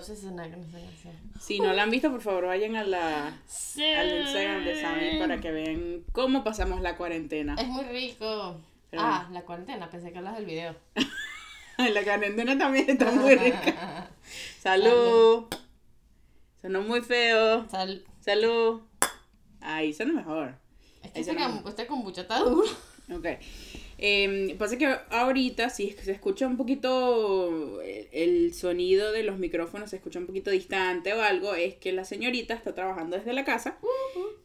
es una gran canción. Si no la han visto, por favor, vayan a la, Sí. al Instagram de Sammy para que vean cómo pasamos la cuarentena. Es muy rico. Pero ah, la cuarentena, pensé que hablas del video. La cuarentena también está muy rica. Salud. Sonó muy feo. Sal- Salud. Ahí suena mejor. Es que Ella esta, no- cam- esta kombucha está dura. Ok. Eh, pasa que ahorita, si es que se escucha un poquito el, el sonido de los micrófonos, se escucha un poquito distante o algo, es que la señorita está trabajando desde la casa.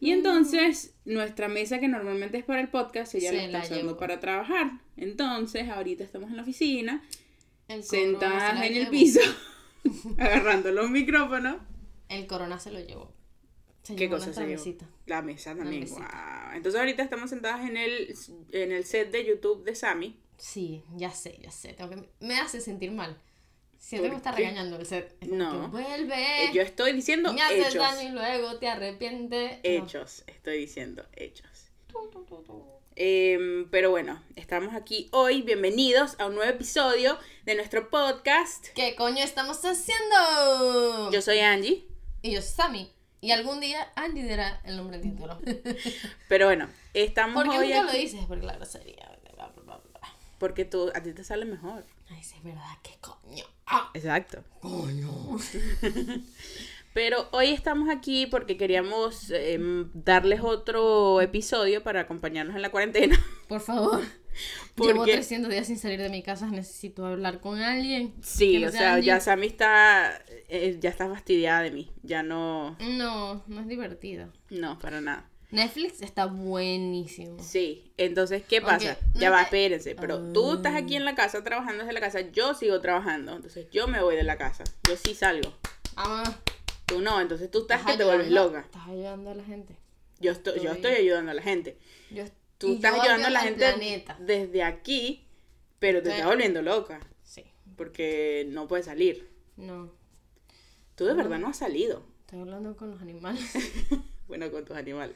Y entonces, nuestra mesa que normalmente es para el podcast, ella Se la está la usando llevó. para trabajar. Entonces, ahorita estamos en la oficina, El corona se sentadas la en el llevó. piso, agarrando los micrófonos. El corona se lo llevó. Se ¿Qué llevó cosa nuestra se llevó? mesita. La mesa también, mesita. guau. Entonces, ahorita estamos sentadas en el, en el set de YouTube de Sammy. Sí, ya sé, ya sé. tengo que- Me hace sentir mal. Siempre me ¿Por está qué? regañando el set. Es como No. que Eh, Vuelve. Yo estoy diciendo me haces hechos. daño y luego te arrepientes. No. Hechos, estoy diciendo hechos. Tu, tu, tu, tu. Em, pero bueno, estamos aquí hoy. Bienvenidos a un nuevo episodio de nuestro podcast. ¿Qué coño estamos haciendo? Yo soy Angie. Y yo soy Sammy. Y algún día Andy dirá el nombre del título. Pero bueno, estamos Porque hoy nunca lo aquí dices, porque la grosería. Bla, bla, bla, bla. porque tú, a ti te sale mejor. Ay, sí, es verdad, qué coño. Ah, Exacto. coño. Pero hoy estamos aquí porque queríamos em, darles otro episodio para acompañarnos en la cuarentena. Por favor. ¿Por Llevo qué? 300 días sin salir de mi casa, necesito hablar con alguien. Que Sí, no o sea, Angie. ya Sammy está, eh, ya está fastidiada de mí. Ya no, No, no es divertido. no, para nada. Netflix está buenísimo. Sí, entonces, ¿qué Ok, pasa? no Ya va, te- espérense, pero tú estás aquí en la casa trabajando desde la casa, yo sigo trabajando, entonces yo me voy de la casa, yo sí salgo, Vamos. Ah, tú no, entonces tú estás que te vuelves loca. Estás ayudando a la gente. Yo estoy, yo Estoy- estoy ayudando a la gente. Yo, Tú y estás yo ayudando a la al gente planeta. desde aquí, pero te Estoy- estás volviendo loca, Sí. porque no puedes salir. No. Tú de verdad no has salido, Estoy hablando con los animales bueno, con tus animales.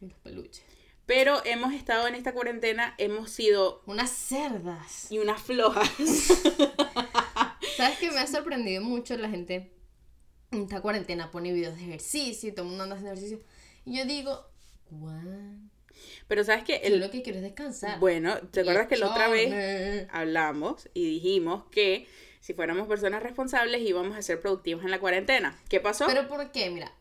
y los peluches. Pero hemos estado en esta cuarentena, hemos sido Unas cerdas. y unas flojas. ¿Sabes que me ha sorprendido mucho la gente en esta cuarentena? Pone videos de ejercicio y todo el mundo anda haciendo ejercicio. Y yo digo, ¿what? Pero sabes que Yo el, lo que quiero es descansar. Bueno, ¿te acuerdas que la otra vez Echarme. hablamos y dijimos que si fuéramos personas responsables íbamos a ser productivos en la cuarentena? ¿Qué pasó? Pero ¿por qué? Mira,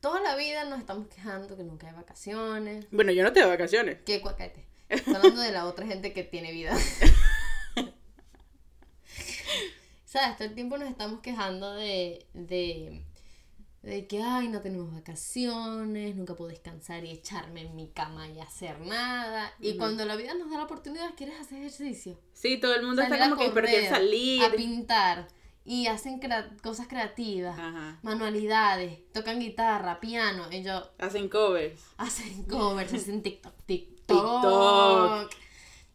toda la vida nos estamos quejando que nunca hay vacaciones. Bueno, yo no te doy vacaciones. Que cuacate. Estoy hablando de la otra gente que tiene vida. ¿Sabes? Todo el tiempo nos estamos quejando de, de, de que, ay, no tenemos vacaciones, nunca puedo descansar y echarme en mi cama y hacer nada. Y cuando la vida nos da la oportunidad, quieres hacer ejercicio. Sí, todo el mundo Salir está a como que pero quiere correr, a salir. pintar y hacen crea- cosas creativas, Ajá. manualidades, tocan guitarra, piano, y yo Hacen covers. hacen covers, hacen TikTok, TikTok, TikTok.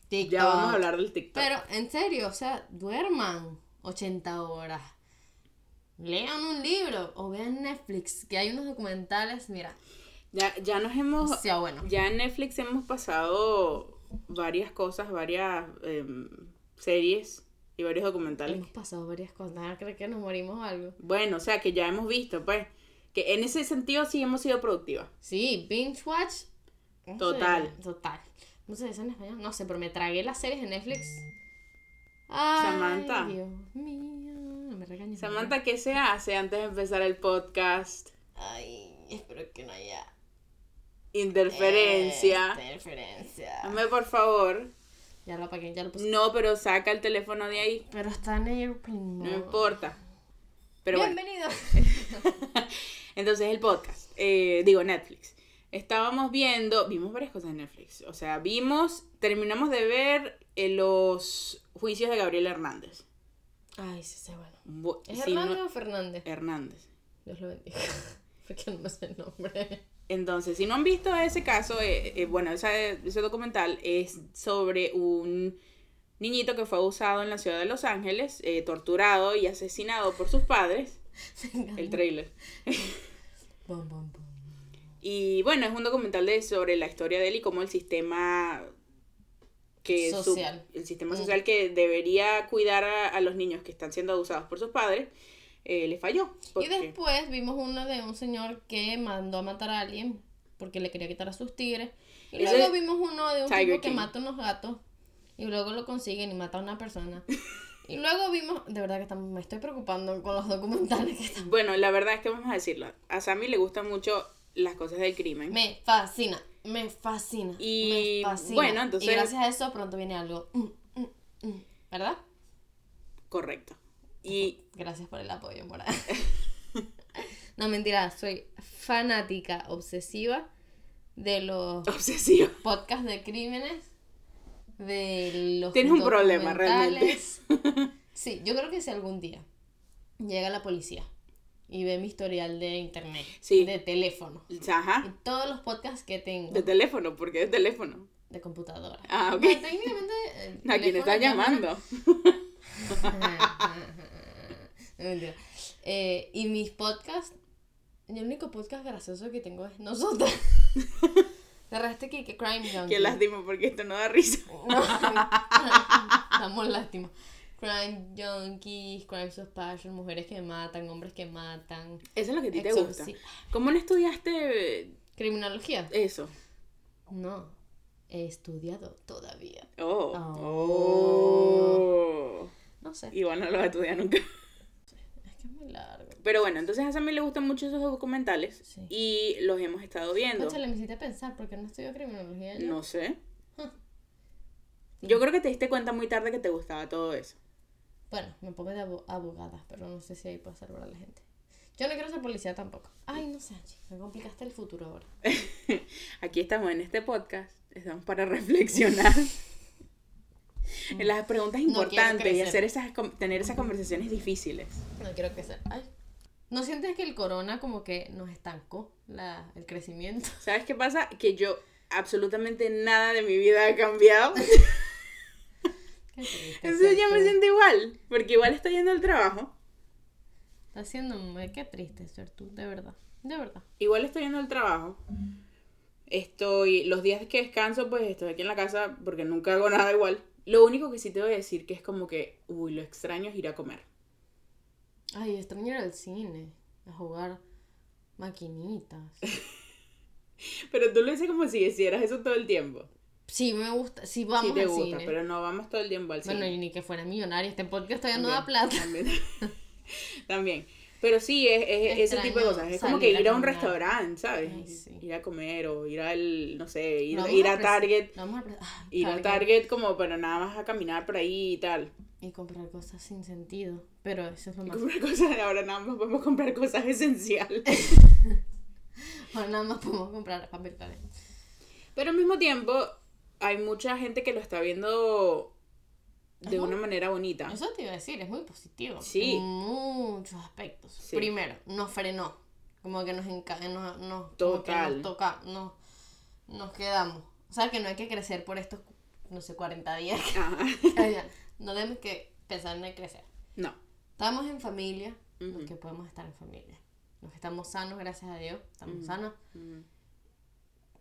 TikTok. Ya vamos a hablar del TikTok. Pero en serio, o sea, duerman 80 horas. Lean un libro o vean Netflix, que hay unos documentales, mira, Ya, ya nos hemos... o sea, bueno, Ya en Netflix hemos pasado varias cosas, varias em, series y varios documentales. hemos pasado varias cosas, ah, creo que nos morimos o algo. Bueno, o sea, que ya hemos visto, pues. Que en ese sentido sí hemos sido productivas. Sí, binge watch. ¿cómo se Total. llama? Total. ¿Cómo se dice en español? No sé, pero me tragué las series de Netflix. Samantha. Ay, Dios mío. no Me regañes. Samantha, ¿qué se hace antes de empezar el podcast? Ay, espero que no haya. Interferencia. eh, Interferencia. Hazme por favor. Ya lo apagué, ya lo puse. No, pero saca el teléfono de ahí. Pero está en airplane. No importa. Pero bueno, Bienvenido. entonces el podcast. eh, digo, Netflix. Estábamos viendo, vimos varias cosas en Netflix. O sea, vimos, terminamos de ver eh, los juicios de Gabriel Hernández. Ay, sí, sí, bueno. Bu- ¿Es si no- Hernández o Fernández? Hernández. Dios lo bendiga. Porque no me sé el nombre. Entonces, si no han visto ese caso, eh, eh, bueno, esa- ese documental es sobre un niñito que fue abusado en la ciudad de Los Ángeles, eh, torturado y asesinado por sus padres. El trailer. Bom, bom, bom. Y bueno, es un documental de, sobre la historia de él y cómo el sistema que su- Social. el sistema Mm. social que debería cuidar a, a los niños que están siendo abusados por sus padres eh, le falló. Y porque- después vimos uno de un señor que mandó a matar a alguien porque le quería quitar a sus tigres. Y Ese- luego vimos uno de un Tiger tipo que King. mata unos gatos y luego lo consiguen y mata a una persona. Y luego vimos, de verdad que estamos- me estoy preocupando con los documentales que están. Bueno, la verdad es que vamos a decirlo. A Sammy le gustan mucho las cosas del crimen. Me fascina, me fascina. Y, me fascina. bueno, entonces- Y gracias a eso pronto viene algo. mm, mm, mm, ¿Verdad? Correcto. Y Gracias por el apoyo, Mora. no, mentira, soy fanática obsesiva de los obsesiva. podcasts de crímenes, de los Tienes un problema, realmente. documentales. Sí, yo creo que si algún día llega la policía y ve mi historial de internet, Sí. de teléfono, y Ajá. todos los podcasts que tengo De teléfono, porque es teléfono. de computadora. Ah, ok. Bueno, técnicamente... eh, ¿A quién teléfono está llama- llamando? No, mentira. Eh, y mis podcasts, el único podcast gracioso que tengo es nosotros. De resto que, que Crime Junkie. Qué lástima, porque esto no da risa. Estamos lástima. Crime Junkies, Crimes of Passion, mujeres que matan, hombres que matan. Eso es lo que a ti te Exorci- gusta. ¿Cómo no estudiaste eh, ¿Criminología? eso? No, he estudiado todavía. Oh. Oh. Oh. No sé, Igual no lo va a estudiar nunca. es que es muy largo. Pero bueno, entonces a Sammy le gustan mucho esos documentales Sí. y los hemos estado viendo. Cónchale, me hiciste pensar, porque no estudio criminología yo. No sé. Yo creo que te diste cuenta muy tarde que te gustaba todo eso. Bueno, me pongo de abo- abogada, pero no sé si ahí puedo salvar a la gente. Yo no quiero ser policía tampoco. Ay, no sé, Angie, me complicaste el futuro ahora. Aquí estamos en este podcast, estamos para reflexionar en las preguntas quiero importantes y crecer. hacer esas, com- tener esas conversaciones difíciles. No quiero crecer. Ay. ¿No sientes que el corona como que nos estancó la, el crecimiento? ¿Sabes qué pasa? Que yo absolutamente nada de mi vida ha cambiado. Qué triste Entonces ser yo me tú. siento igual, porque igual estoy yendo al trabajo. Está haciéndome, qué triste ser tú, de verdad, de verdad. Igual estoy yendo al trabajo. Estoy, los días que descanso, pues estoy aquí en la casa porque nunca hago nada igual. Lo único que sí te voy a decir que es como que, uy, lo extraño es ir a comer. Ay, extraño ir al cine, a jugar maquinitas. Pero tú lo dices como si hicieras eso todo el tiempo. Sí, me gusta, sí vamos sí te al gusta, cine. pero no vamos todo el tiempo al Bueno, cine. y ni que fuera millonaria, este podcast todavía no da También, plata. También. También. Pero sí, es, es- es ese Extraño tipo de cosas. Es como que salir a ir a un caminar. restaurante, ¿sabes? Ay, sí. Ir a comer o ir al, no sé, ir, Lo vamos ir a presen- Target. lo vamos a ah, pre- ay, Ir a Target como, pero nada más a caminar por ahí y tal. Y comprar cosas sin sentido. Pero eso es lo más. Comprar cosas de ahora, nada más podemos comprar cosas esenciales. Ahora nada más podemos comprar papel toalé. Pero al mismo tiempo, hay mucha gente que lo está viendo de Ajá. una manera bonita. Eso te iba a decir, es muy positivo. Ah. Sí. En muchos aspectos. Sí. Primero, nos frenó. Como que nos enca nos, nos- como Total. que nos toca, nos, nos quedamos. O sea que no hay que crecer por estos, no sé, 40 días. Ajá. no tenemos que pensar en el crecer. No. Estamos en familia, Ujú. los que podemos estar en familia. Los que estamos sanos, gracias a Dios, estamos Ujú. sanos. Mm.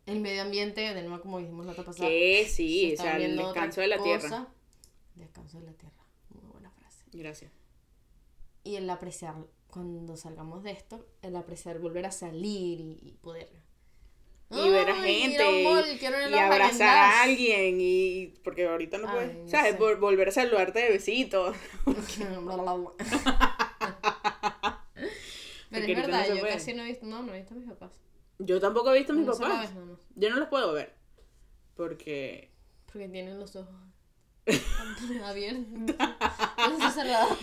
El medio ambiente, de nuevo como dijimos la otra pasada. Que se sí, o está sea, el volviendo otra descanso de la tierra. cosa. Descanso de la tierra. Muy buena frase. Gracias. Y el apreciar, cuando salgamos de esto, el apreciar volver a salir y, y poder. Y ver a Ay, ir gente un y, mall, quiero ir a y los abrazar a Häagen-Dazs. alguien y porque ahorita no Ay, puedes, no ¿sabes? sé. Vol- volver a saludarte de besito. Bla, bla, bla. Pero Porque ahorita es verdad, no se yo puede. casi no he visto, no, no he visto a mis papás. Yo tampoco he visto a mis Una sola papás. vez, nada más, Yo no los puedo ver. Porque porque tienen los ojos abiertos. Los cerrados.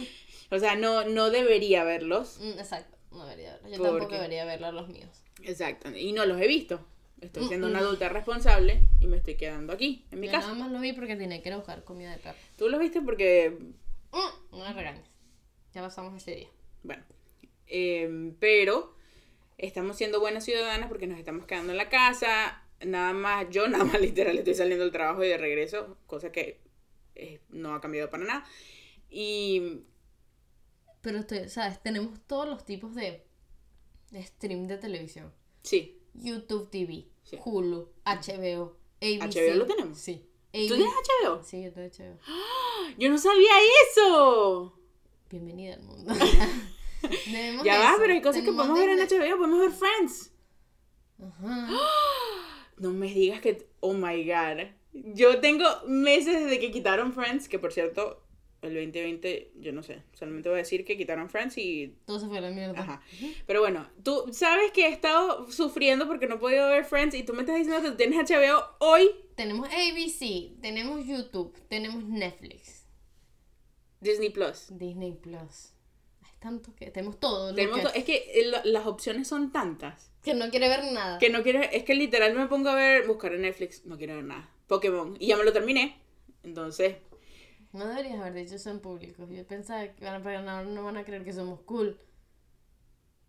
o sea, no no debería verlos. Mm, Exacto, no debería verlo. Yo ¿Por tampoco qué? debería verlo a los míos. Exacto, y no los he visto. Estoy siendo una Mm-mm. adulta responsable y me estoy quedando aquí en mi Yo casa. nada más lo vi porque tenía que ir a buscar comida de perro. Tú los viste porque Mm, No me regañes. Ya pasamos ese día. Bueno, eh, pero estamos siendo buenas ciudadanas porque nos estamos quedando en la casa. Nada más, yo nada más literal estoy saliendo del trabajo y de regreso, cosa que eh, no ha cambiado para nada. Y Pero estoy, sabes, tenemos todos los tipos de stream de televisión. sí, YouTube TV, Sí. Hulu, HBO, ABC. ¿HBO lo tenemos? Sí. ¿tú ABC. tienes HBO? Sí, yo tengo HBO. Yo no sabía eso. Bienvenida al mundo. Tenemos Ya va, eso, pero hay cosas que tenemos podemos ver en desde- HBO, podemos ver Friends. Ajá. No me digas que. Oh my god. Yo tengo meses desde que quitaron Friends, que por cierto, el 2020, yo no sé. Solamente voy a decir que quitaron Friends y. Todo se fue a la mierda. Ajá. Pero bueno, tú sabes que he estado sufriendo porque no he podido ver Friends y tú me estás diciendo que tienes HBO hoy. Tenemos ABC, tenemos YouTube, tenemos Netflix, Disney Plus. Disney Plus. Hay tanto que. Tenemos todo. lo Tenemos que, to- es que eh, lo- las opciones son tantas que no quiere ver nada. que no quiero. Es que literal me pongo a ver, buscar en Netflix, no quiero ver nada. Pokémon. Y ya me lo terminé. Entonces, No deberías haber dicho eso en público. Yo pensaba que van a, pero no, no van a creer que somos cool.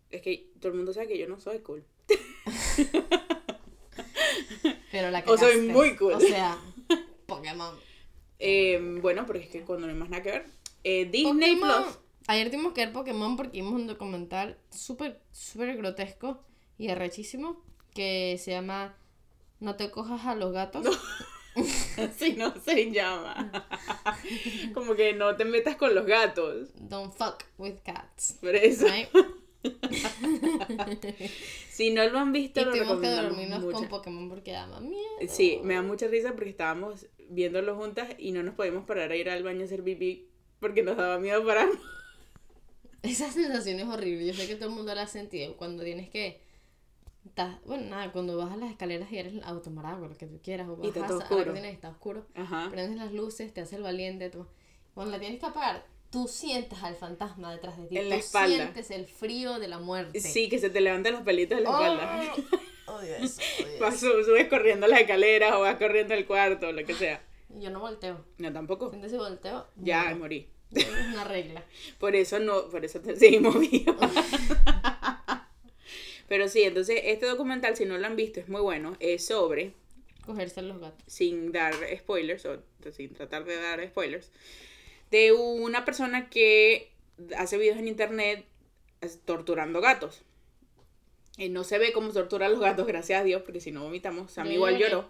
es que todo el mundo sabe que yo no soy cool. Pero la O soy cagaste. muy cool. O sea, Pokémon. Eh, bueno, pero es que cuando no hay más nada que ver. Eh, Disney Pokémon- Plus. Ayer tuvimos que ver Pokémon porque vimos un documental súper, súper grotesco y arrechísimo que se llama No te cojas a los gatos. Así no se llama. Como que no te metas con los gatos. Don't fuck with cats. Por eso. Right? Si no lo han visto, Y lo tuvimos que recomendamos dormirnos mucho. con Pokémon porque daba miedo. Sí, me da mucha risa porque estábamos viéndolo juntas y no nos podíamos parar a ir al baño a hacer pipí porque nos daba miedo pararnos. Esa sensación es horrible. Yo sé que todo el mundo la ha sentido. Cuando tienes que. estás- bueno, nada, cuando bajas las escaleras y eres automaragua, lo que tú quieras, o Y está bajas todo a la oscuro. Ah. cocina y está oscuro. Ajá. Prendes las luces, te hace el valiente. tú- Cuando la tienes que apagar, tú sientes al fantasma detrás de ti. En la tú espalda. sientes el frío de la muerte. Sí, que se te levantan los pelitos de la Oh, espalda. odio eso, odio eso. Vas- subes corriendo las escaleras o vas corriendo al cuarto o lo que sea. Oh. Yo no volteo. No, tampoco. Sientes si volteo. Ya, muero. morí. Es una regla. Por eso no, por eso te seguimos vivas. Pero sí, entonces este documental, si no lo han visto, es muy bueno. Es sobre, Cogerse a los gatos. sin dar spoilers, o sin tratar de dar spoilers, de una persona que hace videos en internet as- torturando gatos. Y no se ve cómo tortura a los gatos, gracias a Dios, porque si no vomitamos, Sam Yo igual lloré. lloró.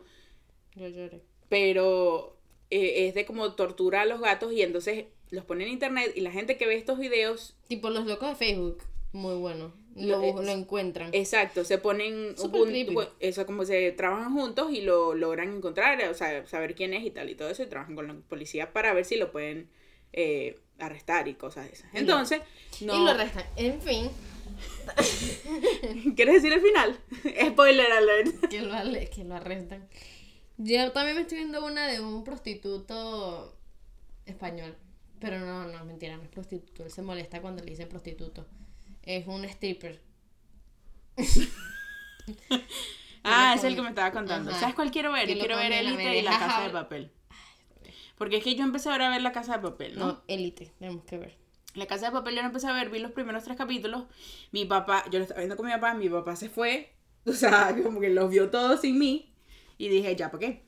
Yo lloré. Pero eh, es de como tortura a los gatos y entonces los pone en internet y la gente que ve estos videos Tipo los locos de Facebook. Muy bueno. Lo- Lo, es- lo encuentran. Exacto, se ponen Súper jun- creepy. ju- eso como se trabajan juntos y lo logran encontrar, o sea, saber quién es y tal y todo eso, y trabajan con la policía para ver si lo pueden eh, arrestar y cosas de esas. Y lo- Entonces, Y no lo restan. En fin, ¿quieres decir el final? Spoiler alert. que lo, ale- que lo arrestan. Yo también me estoy viendo una de un prostituto español. Pero no, no, mentira, no es prostituto. Él se molesta cuando le dicen prostituto. Es un stripper. la Ah, es el que con- me estaba contando. Ajá. ¿Sabes cuál quiero ver? Que Yo lo quiero ver ponen a Elite ver y La esa Casa de jaula. Papel. Porque es que yo empecé ahora a ver La Casa de Papel, ¿no? No, élite, tenemos que ver. La Casa de Papel yo no empecé a ver, vi los primeros tres capítulos. Mi papá, yo lo estaba viendo con mi papá, mi papá se fue. O sea, como que los vio todos sin mí. Y dije, ya, ¿para qué?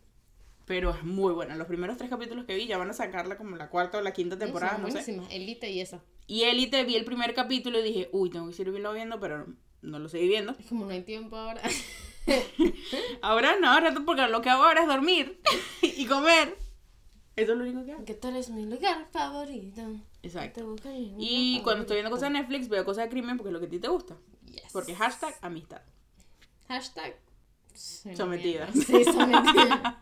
Pero es muy buena. Los primeros tres capítulos que vi ya van a sacarla como la cuarta o la quinta temporada, Son no sé. buenísimas, élite y eso. Y Élite vi el primer capítulo y dije, uy, tengo que seguirlo viendo, pero no lo seguí viendo. Es como no hay tiempo ahora. Ahora no, ahora no, porque lo que hago ahora es dormir y comer. Eso es lo único que hago. que tú eres mi lugar favorito. Exacto. Te busco en mi Y lugar cuando estoy favorito. viendo cosas de Netflix, veo cosas de crimen porque es lo que a ti te gusta. Yes. Porque hashtag amistad. Hashtag Sometida. Sí, sometida.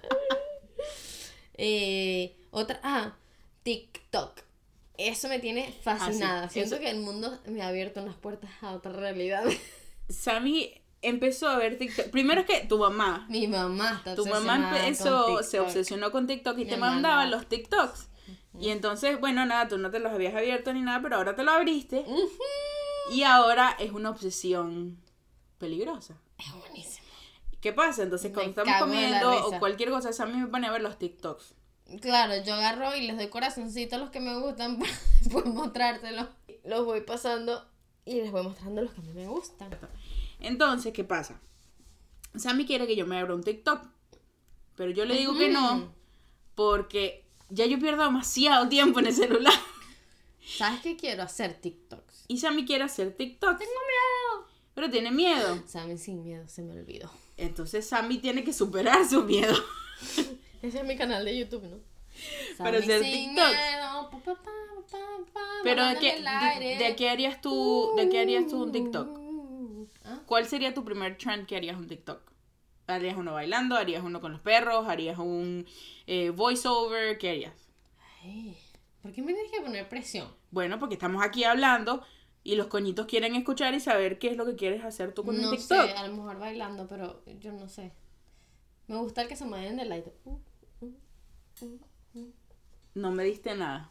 Eh, otra, ah, TikTok. Eso me tiene fascinada. Ah, sí, Siento eso- que el mundo me ha abierto unas puertas a otra realidad. Sammy empezó a ver TikTok. Primero es que tu mamá. Mi mamá está Tu mamá obsesionada con empezó, se TikTok. obsesionó con TikTok y Mi te mamá mandaba no. los TikToks. Y entonces, bueno, nada, tú no te los habías abierto ni nada, pero ahora te lo abriste. Y ahora es una obsesión peligrosa. Es buenísimo. ¿Qué pasa? Entonces, Me cuando estamos cago en la comiendo risa. o cualquier cosa, Sammy me pone a ver los TikToks. Claro, yo agarro y les doy corazoncitos a los que me gustan para después mostrárselos. Los voy pasando y les voy mostrando los que a mí me gustan. Entonces, ¿qué pasa? Sammy quiere que yo me abra un TikTok. Pero yo le digo que no, porque ya yo pierdo demasiado tiempo en el celular. ¿Sabes qué quiero hacer TikToks? Y Sammy quiere hacer TikTok. Tengo miedo. Pero tiene miedo. Saben sin miedo, se me olvidó. Entonces Sammy tiene que superar su miedo. Ese es mi canal de YouTube, ¿no? Para Sammy hacer sin TikToks. miedo, pa, pa, pa, pam, pam, Pero de volando qué, en el de, aire. Uh. de qué harías tú, de qué harías tú un TikTok? ¿Ah? ¿Cuál sería tu primer trend que harías un TikTok? ¿Harías uno bailando? ¿Harías uno con los perros? ¿Harías un eh, voiceover? ¿Qué harías? Ay, ¿Por qué me tienes que poner presión? Bueno, porque estamos aquí hablando y los coñitos quieren escuchar y saber qué es lo que quieres hacer tú con no un TikTok. sé, a lo mejor bailando, pero yo no sé. Me gusta el que se mueven del aire. Uh, No me diste nada.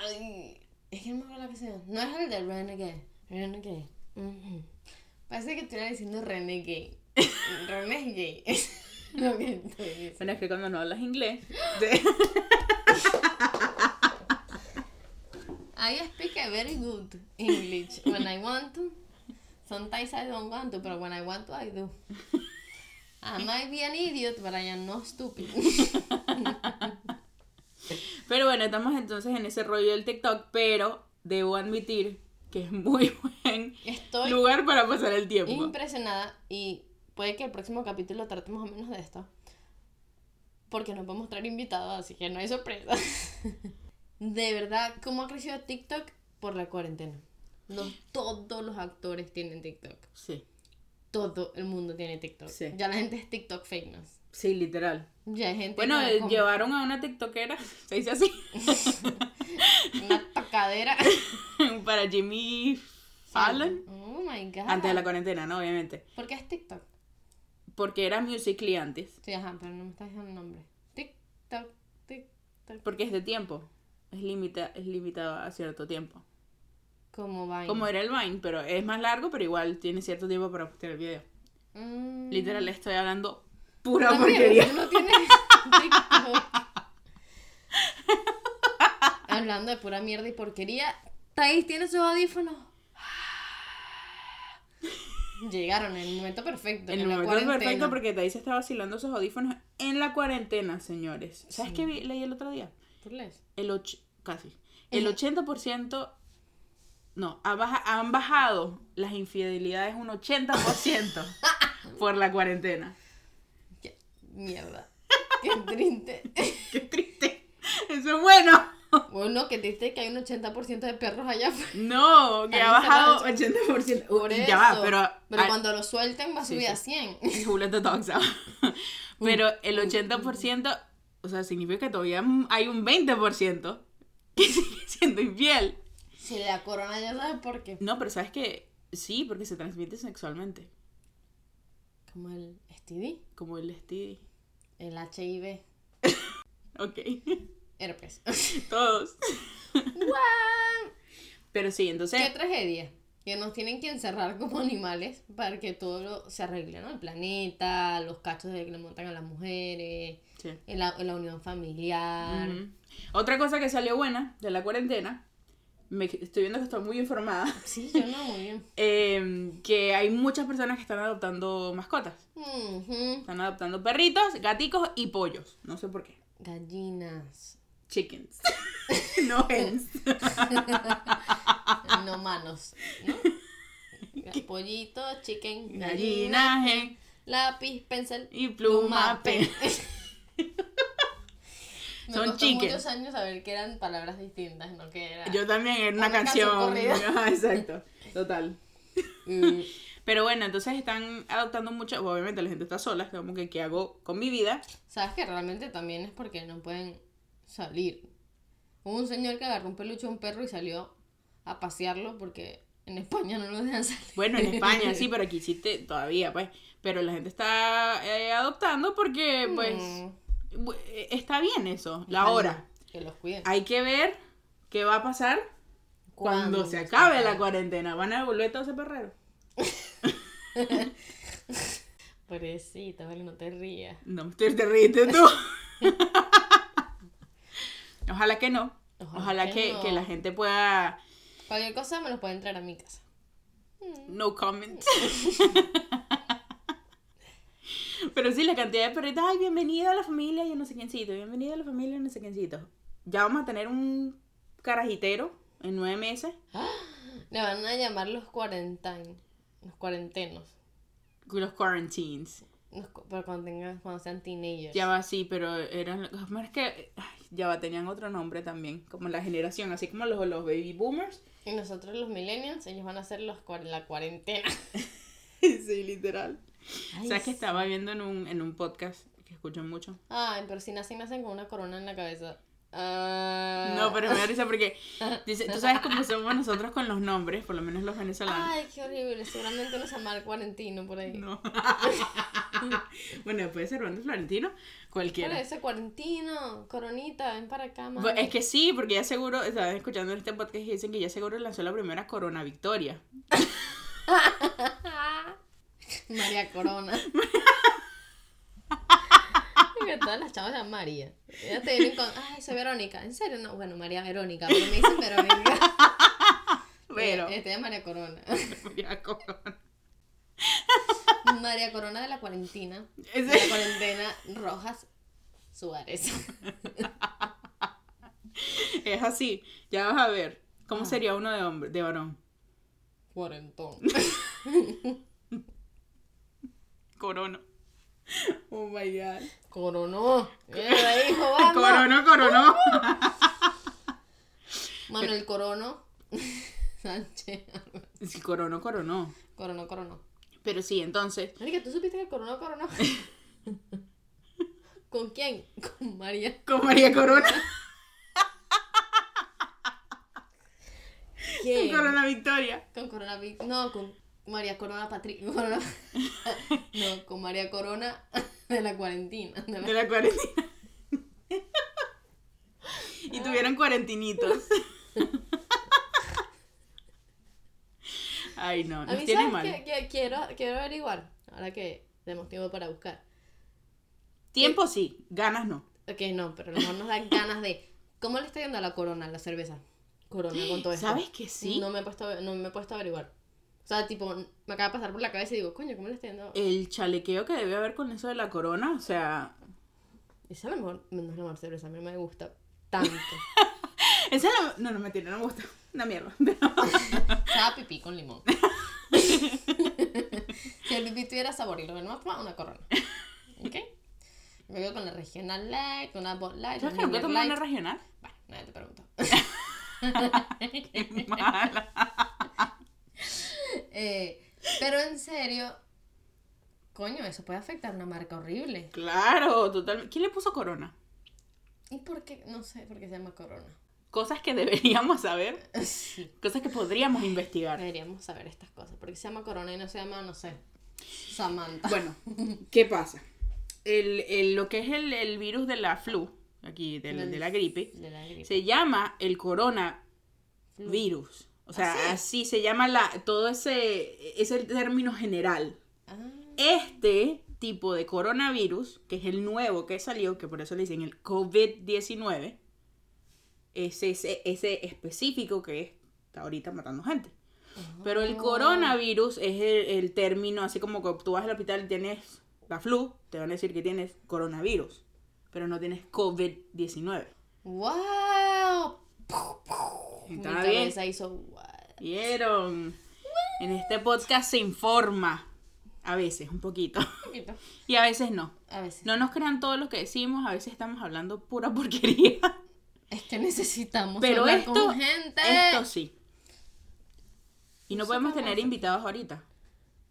ay, es que no me acuerdo la canción. No es el de Renegade. Renegade. Ujú. Parece que estuviera diciendo Renegade. Renegade. Es lo que estoy diciendo. Bueno, es que cuando no hablas inglés. te- I speak a very good English when I want to. Sometimes I don't want to, but when I want to, I do. I might be an idiot, but I am not stupid. Pero bueno, estamos entonces en ese rollo del TikTok, pero debo admitir que es muy buen Estoy lugar para pasar el tiempo. impresionada y puede que el próximo capítulo trate más o menos de esto. Porque nos podemos traer invitados, así que no hay sorpresa. De verdad, ¿cómo ha crecido TikTok por la cuarentena? No todos los actores tienen TikTok. Sí, Todo el mundo tiene TikTok. Sí. Ya la gente es TikTok famous. sí, literal. Ya hay gente Bueno, que eh, come llevaron a una TikTokera, se dice así, una tacadera. para Jimmy Fallon. Oh my god. Antes de la cuarentena, ¿no? Obviamente. ¿Por qué es TikTok? Porque era Musical.ly antes. Sí, ajá, pero no me estás diciendo el nombre. TikTok, TikTok. Porque es de tiempo. Es, limita, es limitado a cierto tiempo. Como vaina. Como era el Vine, pero es más largo, pero igual tiene cierto tiempo para postear el video. Mm. Literal, estoy hablando pura No, mira, porquería. tú no tienes TikTok. Hablando de pura mierda y porquería, Thais tiene sus audífonos. Llegaron en el momento perfecto. En en el la momento cuarentena. perfecto porque Thais está vacilando sus audífonos en la cuarentena, señores. ¿Sabes qué vi- leí el otro día? Por les. El och- casi. El Eh. 80%, no, ha baja- han bajado las infidelidades un 80% por la cuarentena. Qué Mierda. Qué triste. Qué triste. Eso es bueno. Bueno, qué triste que hay un 80% de perros allá afuera. No, que ha Ahí se bajado va el 80%. Por Uh, ya va, eso. pero... Pero ah, cuando lo suelten va a Sí, subir sí. a 100. Julieta Talks. ¿sabes? Pero el 80%, o sea, significa que todavía hay un 20% que sigue siendo infiel. Si la corona ya sabe por qué. No, pero sabes que sí, porque se transmite sexualmente, Como el STD, como el STD. el HIV, Ok, herpes. todos. ¡Guau! Pero sí, entonces, Qué tragedia. Que nos tienen que encerrar como animales para que todo lo- se arregle, ¿no? El planeta, los cachos de que le montan a las mujeres, sí. en la, en la unión familiar. Ujú. Otra cosa que salió buena de la cuarentena, me estoy viendo que estoy muy informada, Sí, yo no, muy bien. em, que hay muchas personas que están adoptando mascotas. Ujú. Están adoptando perritos, gaticos y pollos. No sé por qué. Gallinas. chickens. no hens. No manos. ¿no? Pollito, chicken, gallina, Gallina, hen lápiz, pencil, y pluma, pen. Me Son costó chicken. muchos años saber que eran palabras distintas, no que era. Yo también era una, Una canción canción. corrida. Ajá, exacto. Total. Mm. Pero bueno, entonces están adoptando mucho. pues, Obviamente la gente está sola, es como que qué hago con mi vida. Sabes que realmente también es porque no pueden salir. Hubo un señor que agarró un peluche a un perro y salió a pasearlo porque en España no lo dejan salir. Bueno, en España sí, pero aquí sí te- todavía, pues. Pero la gente está eh, adoptando porque, pues, Mm. bu- eh, está bien eso, la Ay, hora. Que los cuiden. Hay que ver qué va a pasar cuando se acabe la cuarentena. ¿Van a devolver todo ese perrero? Pobrecita, vale, no te rías. No me estoy te ríete tú. Ojalá que no. Ojalá, Ojalá que, que no. que la gente pueda. Cualquier cosa me los pueden traer a mi casa. No comment. Pero sí, la cantidad de perritos. Ay, bienvenida a la familia y a no sé quiéncito. Bienvenida a la familia y a no sé quiéncito. Ya vamos a tener un carajitero en nueve meses. Le van a llamar los cuarentine. Los cuarentenos. Los quarantines. Nos co- Pero cuando, tengan, cuando sean teenagers. Ya va, sí, pero eran. Más es que. ay, ya va, tenían otro nombre también. Como la generación, así como los, los baby boomers. Y nosotros los millennials, ellos van a ser los cuar- la cuarentena. sí, literal. Ay, ¿Sabes que estaba viendo en un, en un podcast que escuchan mucho? Ay, pero si nacen, nacen con una corona en la cabeza. Ah. No, pero me da risa porque. Dice, Tú sabes cómo somos nosotros con los nombres, por lo menos los venezolanos. Ay, qué horrible. Seguramente uno se llama el cuarentino por ahí. No. Ah. bueno, puede ser Orlando Florentino, Por cualquiera. ese cuarentino, coronita, ven para acá, mami. Bu- Pues, Es que sí, porque ya seguro, estaban escuchando este podcast y dicen que ya seguro lanzó la primera Corona Victoria. María Corona. Porque todas las chavas se llaman María. Ellas te vienen con, ay, soy Verónica. ¿En serio? No, bueno, María Verónica, pero me dicen Verónica. Pero, Ella- ella te llama María Corona. ya, Corona. María Corona de la cuarentena. De Ese- la cuarentena Rojas Suárez. es así, ya vas a ver. ¿Cómo Ah. sería uno de hombre, de varón? Cuarentón. Corona. Oh my god. Coronó. Mierda, hijo, vamos. Uh. Corona, corona. Manuel Corono. Sánchez. Sí, coronó, coronó. Coronó, coronó. Pero sí, entonces, Marica, ¿tú supiste que coronó, coronó? ¿Con quién? Con María. con María Corona, ¿Quién? con Corona Victoria. Con coronavirus. No, con María Corona Patrick. No, con María Corona de la cuarentena. de la- De la cuarentena. y tuvieron cuarentinitos. Ay, no, A nos mí, tiene ¿sabes mal. qué? Que quiero, quiero averiguar. Ahora que tenemos tiempo para buscar. Tiempo sí, ganas no. Ok, no, pero a lo mejor nos dan ganas de. ¿Cómo le está yendo a la corona, a la cerveza? Corona con todo esto. ¿Sabes que Pues, sí? No me he puesto, no me he puesto a averiguar. O sea, tipo, me acaba de pasar por la cabeza y digo, coño, ¿cómo le está yendo? El chalequeo que debe haber con eso de la corona, o sea, Esa a lo mejor no es la mejor cerveza, a mí no me gusta tanto. esa es la... No, no, mentira, no me gusta. Una mierda. Estaba pipí con limón. si el pipí tuviera sabor y lo demás, toma una corona. ¿Ok? Me quedo con la regional light, con una bot light. ¿Sabes una que nunca Miller tomé una Lite. regional? Bueno, nadie te preguntó. Qué mala. Eh, pero en serio, coño, eso puede afectar una marca horrible. Claro, totalmente. ¿Quién le puso corona? ¿Y por qué? No sé por qué se llama corona. Cosas que deberíamos saber, Sí. cosas que podríamos investigar. Deberíamos saber estas cosas. ¿Por qué se llama corona y no se llama, no sé, Samantha? Bueno, ¿qué pasa? El, el- lo que es el, el virus de la flu, aquí, de la, de la gripe, De la gripe. se llama el coronavirus. O sea, ¿Ah, así se llama la, todo ese, ese término general. Ah, Este tipo de coronavirus, que es el nuevo que salió, que por eso le dicen el COVID-19, es ese, ese específico que está ahorita matando gente. Pero el Ah. coronavirus es el, el término, así como que tú vas al hospital y tienes la flu, te van a decir que tienes coronavirus, pero no tienes COVID-19. ¡Wow! Mi Está bien. cabeza hizo what? ¿Vieron? En este podcast se informa, a veces, un poquito, y a veces no. A veces. No nos crean todo lo que decimos, a veces estamos hablando pura porquería. Es que necesitamos Pero hablar esto, con gente. esto sí. Y no No sé podemos cómo tener hacer. invitados ahorita.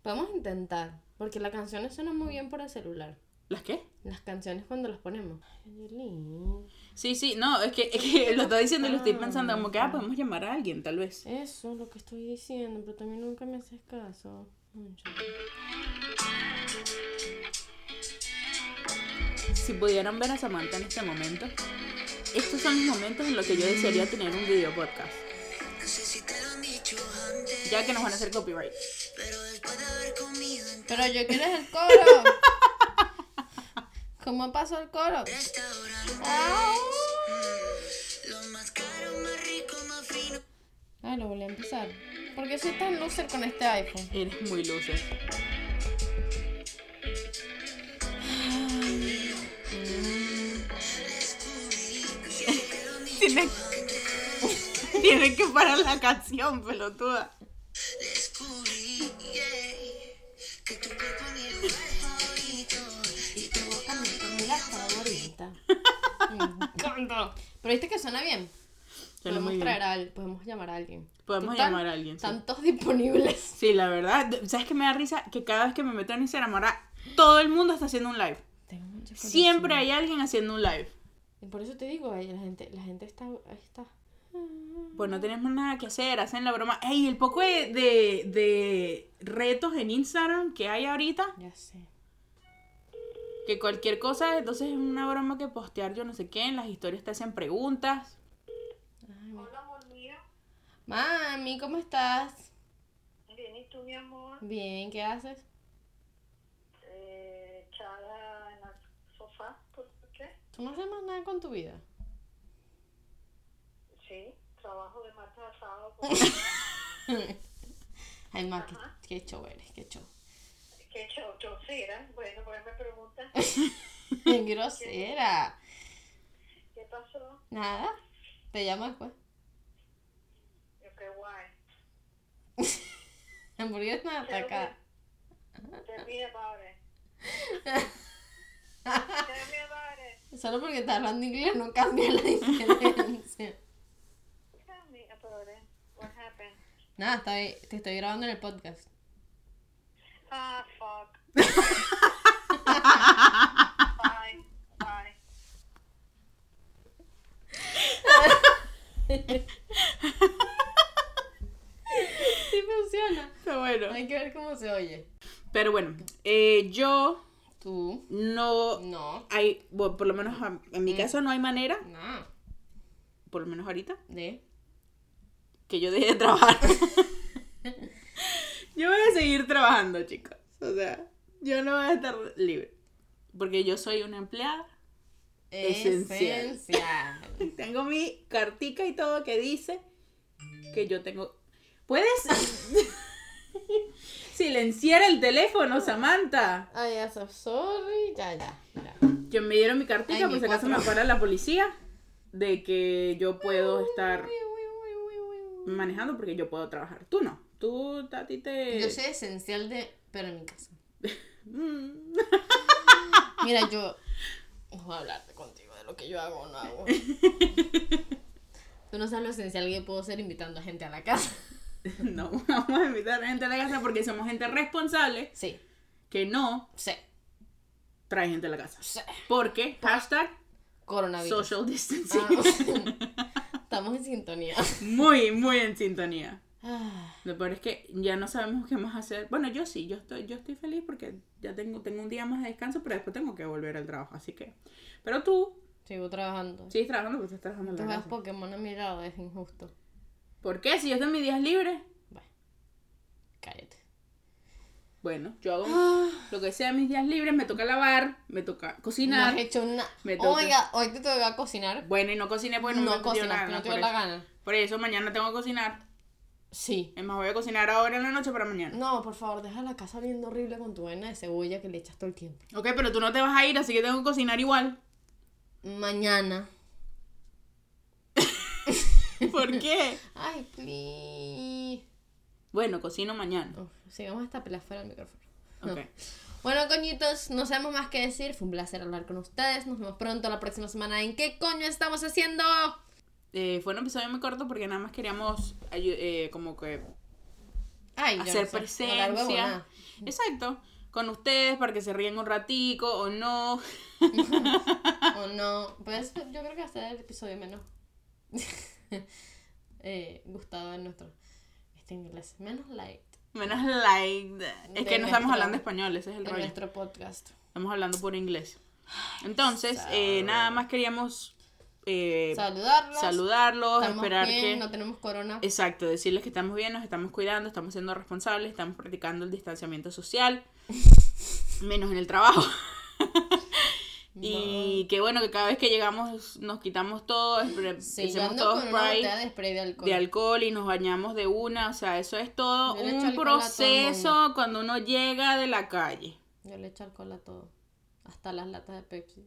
Vamos a intentar, porque las canciones suenan muy bien por el celular. ¿Las qué? Las canciones cuando las ponemos. Ay, Yolín, Sí, sí, no, es que, es que lo estoy diciendo y lo estoy pensando como que, ah, podemos llamar a alguien, tal vez. Eso es lo que estoy diciendo, pero también nunca me haces caso. Concha. Si pudieran ver a Samantha en este momento, estos son los momentos en los que yo desearía tener un video podcast. No sé si te lo han dicho antes, Ya que nos van a hacer copyright. pero después de haber comido en Pero yo quiero es el coro. ¿Cómo pasó el coro? tu restaurante, Au. lo más caro, más rico, más fino. Ay, lo volví a empezar. ¿Por qué soy tan loser con este iPhone? Eres muy loser. Tiene, tiene que parar la canción, pelotuda. Descubrí yeah, que tu cuerpo es mi lugar favorito. Pero viste que suena bien. Suena podemos muy bien. traer a al- podemos llamar a alguien. Podemos Total, llamar a alguien, sí. Tantos disponibles. Sí, la verdad. de- ¿Sabes qué me da risa? Que cada vez que me meto en Instagram ahora todo el mundo está haciendo un live. Tengo mucha Siempre hay alguien haciendo un live. curiosidad. Y por eso te digo, ay, la gente, la gente está, ahí está. Pues no tenemos nada que hacer, hacen la broma. Ey, el poco de, de, de retos en Instagram que hay ahorita, Ya sé. que cualquier cosa, entonces es una broma que postear yo no sé qué, en las historias te hacen preguntas. Ay, mi- Mami, ¿cómo estás? Bien, ¿y tú, mi amor? Bien, ¿qué haces? Eh, echada en el sofá, ¿por qué? Tú no haces más nada con tu vida. Sí, trabajo de martes a sábado. pues, porque- Ay, ma, qué, qué show eres, qué show. Qué cho- chocera. Bueno, pues me preguntan, Qué grosera. ¿qué pasó? Nada, te llamas pues. Yo, qué guay. Hamburguesas no acá. Tell me about it. Tell me about it. Solo porque estás hablando inglés no cambia la diferencia. Tell me about it. What happened? Nada, estoy- te estoy grabando en el podcast. Ah, fuck. Bye. Bye. Sí funciona. Pero bueno. Hay que ver cómo se oye. Pero bueno, eh, yo Tú, no no, hay, bueno, por lo menos a- en mi caso no hay manera, no, por lo menos ahorita, de. que yo deje de trabajar. yo voy a seguir trabajando, chicos. O sea, yo no voy a estar libre. Porque yo soy una empleada. Esencial. Esencial. Tengo mi cartica y todo que dice que yo tengo. ¿Puedes? Silenciar el teléfono, Samantha. Ay, I'm so sorry. Ya, ya, ya. Yo me dieron mi cartica Ay, por mi si acaso me cuatro. para la policía de que yo puedo estar manejando porque yo puedo trabajar. Tú no. Tú a ti te. Yo soy esencial de. Pero en mi casa. Mm. Mira, yo. No voy a hablar contigo de lo que yo hago o no hago. Tú no sabes lo esencial que puedo ser invitando a gente a la casa. No vamos a invitar a gente a la casa porque somos gente responsable Sí, que no sí, trae gente a la casa. sí. Porque hashtag Coronavirus. social distancing. Ah, Estamos en sintonía. Muy, muy en sintonía. Ah, Lo peor es que ya no sabemos qué más hacer. Bueno, yo sí, yo estoy, yo estoy feliz porque ya tengo, tengo un día más de descanso, pero después tengo que volver al trabajo, así que. Pero tú sigo trabajando. sigues trabajando porque estás trabajando en Tú la juegas casa. Pokémon a mi lado, es injusto. ¿Por qué? Si yo estoy en mis días libres. Bueno, cállate. Bueno, yo hago Ah. lo que sea en mis días libres, me toca lavar, me toca No cocinar. has hecho nada. Me toca. Oiga, hoy te toca cocinar. Bueno, y no cociné porque no, No me dio la cocinas, gana, no te por dio la eso. gana. Por eso mañana tengo que cocinar. Sí. Es más, voy a cocinar ahora en la noche para mañana. No, por favor, deja la casa oliendo horrible con tu vaina de cebolla que le echas todo el tiempo. Ok, pero tú no te vas a ir, así que tengo que cocinar igual. Mañana. ¿Por qué? Ay, please. bueno, cocino mañana. Uf, sigamos hasta pelar fuera del micrófono. No. Ok. Bueno, coñitos, no sabemos más que decir. Fue un placer hablar con ustedes. Nos vemos pronto la próxima semana. ¿En qué coño estamos haciendo? Eh, fue un episodio muy corto porque nada más queríamos ayu- eh, como que Ay, yo no hacer sé, presencia. hablar huevonada. Exacto. Con ustedes para que se ríen un ratico o no. O no. Pues yo creo que va a ser el episodio menos eh, gustado de nuestro. Este inglés. Menos light Menos like. Es que De no nuestro- estamos hablando español, ese es el de rollo. nuestro podcast. Estamos hablando por inglés. Entonces, eh, nada más queríamos eh, Saludarlos. saludarlos, Estamos esperar bien, que... no tenemos corona. Exacto, decirles que estamos bien, nos estamos cuidando, estamos siendo responsables, estamos practicando el distanciamiento social, menos en el trabajo. y que bueno, que cada vez que llegamos nos quitamos todo, espre- Sí, yo hacemos ando todo con una spray botella de spray de alcohol. de alcohol y nos bañamos de una, o sea, eso es todo Yo le echo un alcohol a todo el proceso cuando uno llega de la calle. Yo le echo alcohol a todo. Hasta las latas de Pepsi.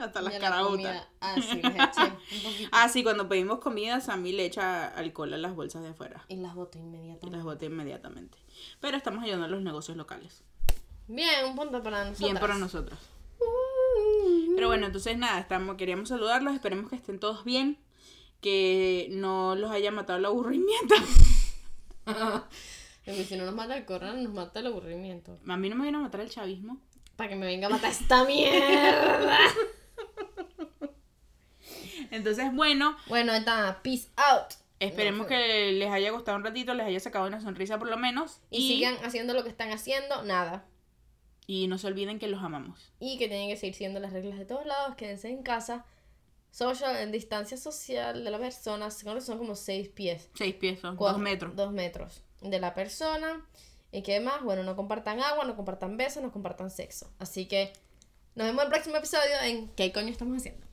Hasta Y las a la carabotas. comida. Ah, sí, les eché un poquito. Ah, sí, cuando pedimos comida, Sammy le echa alcohol a las bolsas de afuera. Y las boto Y inmediatamente. las boté inmediatamente. Pero estamos ayudando a los negocios locales. Bien, un punto para nosotros. Bien para nosotros. Pero bueno, entonces nada, estamos, queríamos saludarlos, esperemos que estén todos bien, que no los haya matado el aburrimiento. Porque si no nos mata el corral, nos mata el aburrimiento. A mí no me viene a matar el chavismo. Para que me venga a matar esta mierda. Entonces, bueno, bueno, está, peace out. esperemos No, fue- que les haya gustado un ratito, les haya sacado una sonrisa por lo menos. Y sigan haciendo lo que están haciendo, nada. y no se olviden que los amamos. Y que tienen que seguir siendo las reglas de todos lados, quédense en casa. Social, en distancia social de la persona, creo que son como seis pies. Seis pies, son Cuatro- dos metros. Dos metros de la persona. ¿Y qué más? Bueno, no compartan agua, no compartan besos, no compartan sexo. Así que nos vemos en el próximo episodio en ¿Qué coño estamos haciendo?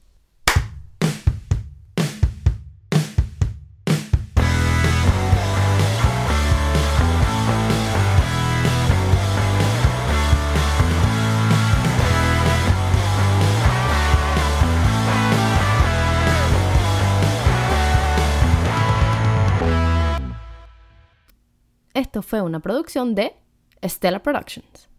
Esto fue una producción de Stella Productions.